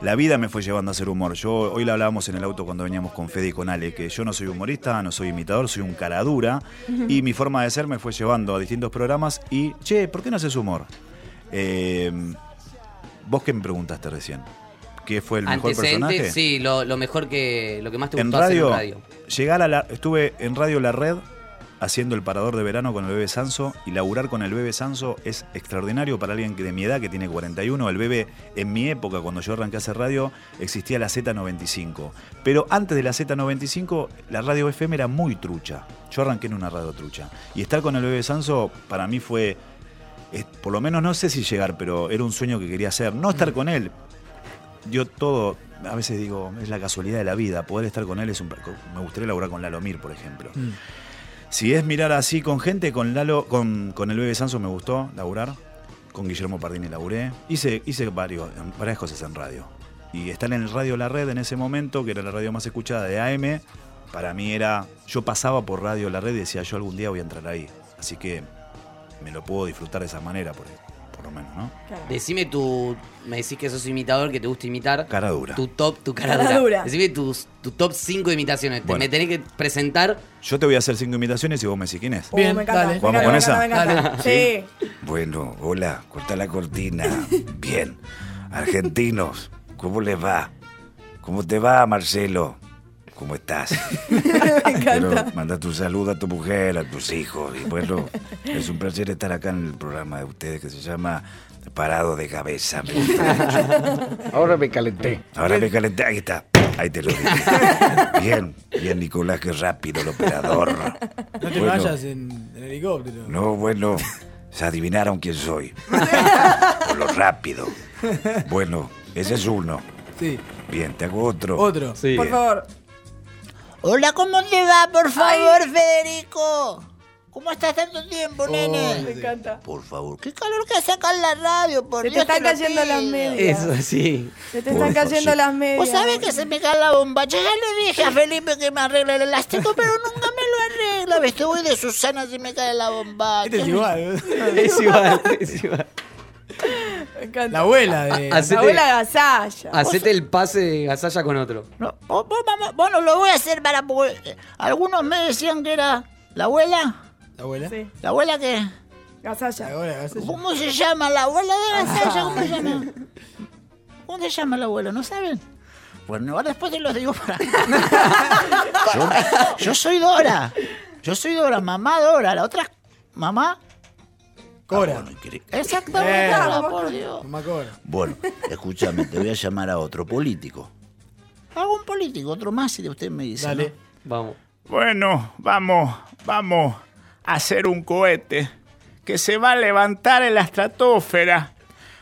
Speaker 8: La vida me fue llevando a hacer humor. Yo hoy la hablábamos en el auto cuando veníamos con Fede y con Ale, que yo no soy humorista, no soy imitador, soy un cara dura. Y mi forma de ser me fue llevando a distintos programas y, che, ¿por qué no haces humor? Eh, vos que me preguntaste recién, ¿qué fue el mejor personaje?
Speaker 3: Antecedente, sí, lo, lo mejor que. Lo que más te
Speaker 8: en
Speaker 3: gustó
Speaker 8: radio,
Speaker 3: hacer en radio.
Speaker 8: llegar a la, estuve en Radio La Red haciendo el parador de verano con el bebé Sanso y laburar con el bebé Sanso es extraordinario para alguien que de mi edad, que tiene 41. El bebé, en mi época, cuando yo arranqué a hacer radio, existía la Z95. Pero antes de la Z95, la radio FM era muy trucha. Yo arranqué en una radio trucha. Y estar con el bebé Sanso para mí fue, eh, por lo menos no sé si llegar, pero era un sueño que quería hacer. No
Speaker 3: Mm.
Speaker 8: estar con él, dio todo. A veces digo, es la casualidad de la vida. Poder estar con él es un. pla- Me gustaría laburar con Lalomir, por ejemplo. Si es mirar así con gente, con Lalo, con, con el bebé Sanso me gustó laburar. Con Guillermo Pardini laburé. Hice, hice varios, varias cosas en radio. Y estar en el radio La Red en ese momento, que era la radio más escuchada de AM, para mí era. Yo pasaba por radio La Red y decía, yo algún día voy a entrar ahí. Así que me lo puedo disfrutar de esa manera, por, por lo menos, ¿no?
Speaker 2: Claro.
Speaker 3: Decime tu. Me decís que sos imitador, que te gusta imitar.
Speaker 8: Cara dura.
Speaker 3: Tu top, tu cara,
Speaker 2: Cara
Speaker 3: dura.
Speaker 2: dura.
Speaker 3: Decime tus, tu top 5 imitaciones. Te-
Speaker 8: Bueno.
Speaker 3: Me tenés que presentar.
Speaker 8: Yo te voy a hacer cinco imitaciones y vos me decís quién es.
Speaker 2: Uh,
Speaker 4: Bien,
Speaker 2: me encanta.
Speaker 4: dale.
Speaker 2: me
Speaker 8: ¿Vamos
Speaker 2: encanta,
Speaker 8: con
Speaker 2: me
Speaker 8: esa?
Speaker 2: encanta, me encanta.
Speaker 4: Dale.
Speaker 2: Sí.
Speaker 1: Bueno, hola, corta
Speaker 2: <laughs>
Speaker 1: la cortina. Bien. Argentinos, ¿cómo les va? ¿Cómo te va, Marcelo? ¿Cómo estás?
Speaker 2: <laughs> me
Speaker 1: Quiero
Speaker 2: encanta.
Speaker 1: mandar tu saludo a tu mujer, a tus hijos. Y bueno, es un placer estar acá en el programa de ustedes que se llama Parado de
Speaker 2: <laughs>
Speaker 1: Cabeza. Me gusta mucho.
Speaker 6: Ahora me calenté.
Speaker 1: Ahora me calenté. Ahí está. Ahí te
Speaker 2: <laughs>
Speaker 1: lo dije. Bien, bien, Nicolás, qué rápido el operador.
Speaker 4: No te
Speaker 1: Bueno,
Speaker 4: vayas en, en helicóptero.
Speaker 1: No, bueno, se adivinaron quién soy. Por lo rápido. Bueno, ese es uno.
Speaker 4: Sí,
Speaker 1: Bien, te hago otro.
Speaker 4: otro.
Speaker 2: Por favor.
Speaker 9: Hola, ¿cómo te va? Por favor, Federico. ¿Cómo estás tanto tiempo, nene?
Speaker 2: Me encanta.
Speaker 9: Por favor, qué calor que hace acá en la radio, por
Speaker 2: Se te
Speaker 9: Dios.
Speaker 2: están
Speaker 9: lo
Speaker 2: cayendo las
Speaker 9: pido.
Speaker 2: medias.
Speaker 3: Eso, sí.
Speaker 2: Se te están cayendo las medias.
Speaker 9: Vos sabés que se me cae la bomba. Ya le dije a Felipe que me arregle el elástico, pero nunca me lo arregla. Me estoy de Susana si me cae la bomba.
Speaker 4: Este es igual.
Speaker 3: Es igual, es igual.
Speaker 2: Me
Speaker 4: La
Speaker 2: encanta.
Speaker 4: abuela de.
Speaker 3: Hacete,
Speaker 2: Abuela Gasalla.
Speaker 3: hacete el pase de Gasalla con otro.
Speaker 9: No, vos- vos- vamos- bueno, lo voy a hacer para... porque, eh, Algunos me decían que era la abuela.
Speaker 4: La abuela.
Speaker 2: Sí,
Speaker 9: ¿La abuela qué?
Speaker 4: La
Speaker 2: Gasalla.
Speaker 4: abuela, ¿qué sé yo?
Speaker 9: ¿Cómo se llama la abuela de Gasalla? ¿Cómo se llama? ¿Cómo se llama la abuela? ¿No saben? Bueno, ahora después te los digo para... yo, yo soy Dora. Yo soy Dora, mamá Dora. La otra mamá...
Speaker 1: Ah,
Speaker 4: Cora.
Speaker 9: Exactamente,
Speaker 4: Eh.
Speaker 9: Dora, por Dios.
Speaker 4: Mamá Cora.
Speaker 9: Bueno, escúchame, te voy a llamar a otro político. A un político, otro más, si usted me dice.
Speaker 4: Dale.
Speaker 9: ¿no?
Speaker 3: Vamos.
Speaker 10: Bueno, vamos, vamos a hacer un cohete que se va a levantar en la estratosfera,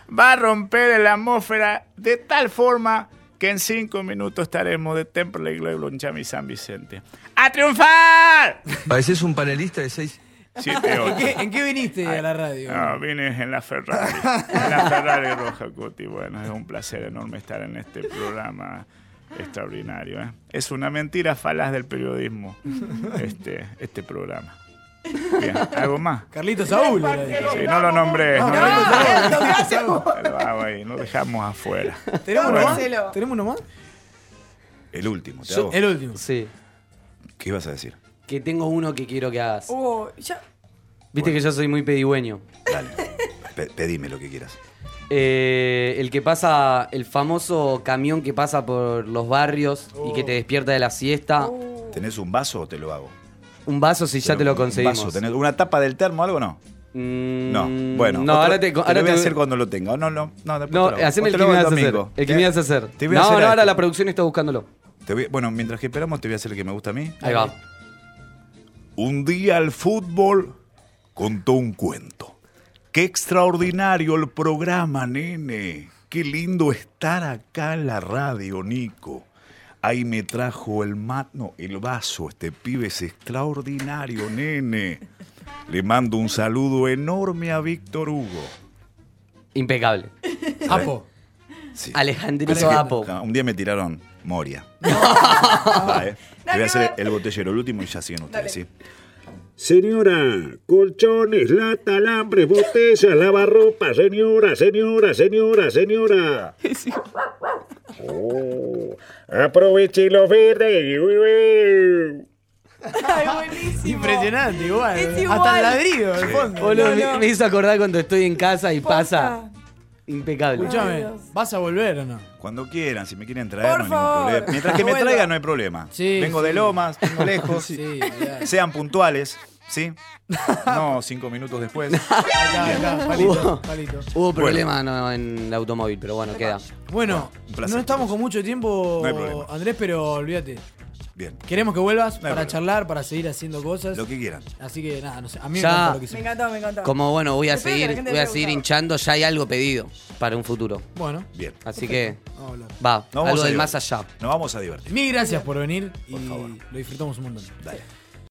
Speaker 10: va a romper la atmósfera de tal forma que en cinco minutos estaremos de Temple Globo en Chami San Vicente. ¡A triunfar!
Speaker 11: Pareces un panelista de seis.
Speaker 10: Siete,
Speaker 4: ¿En
Speaker 10: ocho.
Speaker 4: qué, en qué viniste a la radio?
Speaker 10: Ah, vine en la Ferrari. En la Ferrari roja, Cuti. Bueno, es un placer enorme estar en este programa extraordinario. ¿eh? Es una mentira falaz del periodismo este, este programa. Bien, ¿algo más?
Speaker 4: Carlitos Saúl. era de-
Speaker 10: Sí, no lo nombré. No, lo nombré.
Speaker 2: Lo que hace-
Speaker 10: Pero vamos ahí, no dejamos afuera.
Speaker 4: ¿Tenemos uno
Speaker 2: Marcelo.
Speaker 4: más? ¿Tenemos uno más?
Speaker 1: El último, te hago.
Speaker 4: El último.
Speaker 3: Sí.
Speaker 1: ¿Qué ibas a decir?
Speaker 3: Que tengo uno que quiero que hagas.
Speaker 2: Uh, ya-
Speaker 3: Viste que yo soy muy pedigüeño. <laughs>
Speaker 1: Dale. Pe- pedime lo que quieras.
Speaker 3: Eh, el que pasa, el famoso camión que pasa por los barrios y
Speaker 2: Oh.
Speaker 3: que te despierta de la siesta.
Speaker 8: ¿Tenés un vaso o te lo hago?
Speaker 3: Un vaso si ya te lo conseguimos.
Speaker 8: Un vaso, ¿tenés ¿Una tapa del termo o algo no?
Speaker 3: Mm,
Speaker 8: No, bueno.
Speaker 3: No,
Speaker 8: otro-
Speaker 3: ahora te.
Speaker 8: lo
Speaker 3: ahora
Speaker 8: voy a
Speaker 3: te-
Speaker 8: hacer cuando lo tenga. No, no, no. después
Speaker 3: No, eh.
Speaker 8: te lo hago.
Speaker 3: haceme
Speaker 8: O
Speaker 3: el
Speaker 8: te
Speaker 3: que
Speaker 8: lo
Speaker 3: me vas a
Speaker 8: hago
Speaker 3: hacer.
Speaker 8: domingo.
Speaker 3: El que
Speaker 8: Te-
Speaker 3: me vas a hacer.
Speaker 8: Te voy a
Speaker 3: no,
Speaker 8: hacer
Speaker 3: no,
Speaker 8: a
Speaker 3: ahora
Speaker 8: este.
Speaker 3: la producción está buscándolo.
Speaker 8: Te voy- bueno, mientras que esperamos, te voy a hacer el que me gusta a mí.
Speaker 3: Ahí va.
Speaker 8: Un día el fútbol contó un cuento. Qué extraordinario el programa, nene. Qué lindo estar acá en la radio, Nico. Ahí me trajo el mat, no, el vaso. Este pibe es extraordinario, nene. Le mando un saludo enorme a Víctor Hugo.
Speaker 3: Impecable.
Speaker 4: Apo.
Speaker 8: Sí. Pensé
Speaker 3: Alejandrito
Speaker 8: que-
Speaker 3: Apo.
Speaker 8: Ah, Un día me tiraron Moria. Va, eh. Le voy a hacer el botellero, el último, y ya siguen ustedes, ¿sí?
Speaker 10: Señora, colchones, lata, alambres, botellas, lavarropa, señora, señora, señora, señora. Oh, aproveche los verdes.
Speaker 2: <laughs> Ay, buenísimo.
Speaker 4: Impresionante, igual.
Speaker 2: Es igual.
Speaker 4: Hasta el ladrillo, al fondo.
Speaker 3: Boludo,
Speaker 2: No,
Speaker 3: me-
Speaker 2: no.
Speaker 3: Me hizo acordar cuando estoy en casa y
Speaker 2: Posta.
Speaker 3: pasa. Impecable.
Speaker 4: Escúchame, ¿vas a volver o no?
Speaker 8: Cuando quieran, si me quieren traer,
Speaker 2: Por
Speaker 8: no hay ningún
Speaker 2: favor.
Speaker 8: problema. Mientras que me
Speaker 2: Bueno.
Speaker 8: traigan, no hay problema.
Speaker 4: Sí,
Speaker 8: Vengo de
Speaker 4: sí.
Speaker 8: Lomas, vengo lejos.
Speaker 4: Sí, ya.
Speaker 8: Sean puntuales, ¿sí? No cinco minutos después.
Speaker 4: Acá,
Speaker 8: <laughs>
Speaker 4: acá, palito, palito.
Speaker 3: Hubo problema no, en el automóvil, pero bueno, queda.
Speaker 4: Bueno,
Speaker 8: placer.
Speaker 4: no estamos con mucho tiempo,
Speaker 8: No hay problema.
Speaker 4: Andrés, pero olvídate.
Speaker 8: Bien,
Speaker 4: Queremos que vuelvas para
Speaker 8: problema.
Speaker 4: charlar, para seguir haciendo cosas.
Speaker 8: lo que quieran.
Speaker 4: Así que nada, no sé. A mí
Speaker 3: Ya.
Speaker 4: me encanta lo que
Speaker 2: Me
Speaker 4: hicimos.
Speaker 2: encantó, me encantó.
Speaker 3: Como bueno, voy a
Speaker 2: Espero que la
Speaker 3: seguir,
Speaker 2: gente
Speaker 3: voy
Speaker 2: le
Speaker 3: a
Speaker 2: haya
Speaker 3: seguir
Speaker 2: gustado.
Speaker 3: hinchando, ya hay algo pedido para un futuro.
Speaker 4: Bueno,
Speaker 8: Bien.
Speaker 3: Así que
Speaker 4: vamos a hablar.
Speaker 3: va,
Speaker 8: Nos vamos
Speaker 3: algo
Speaker 8: a
Speaker 3: del
Speaker 8: divertir.
Speaker 3: más allá.
Speaker 8: Nos vamos a divertir.
Speaker 4: Mil gracias por venir y lo disfrutamos un montón.
Speaker 8: Dale.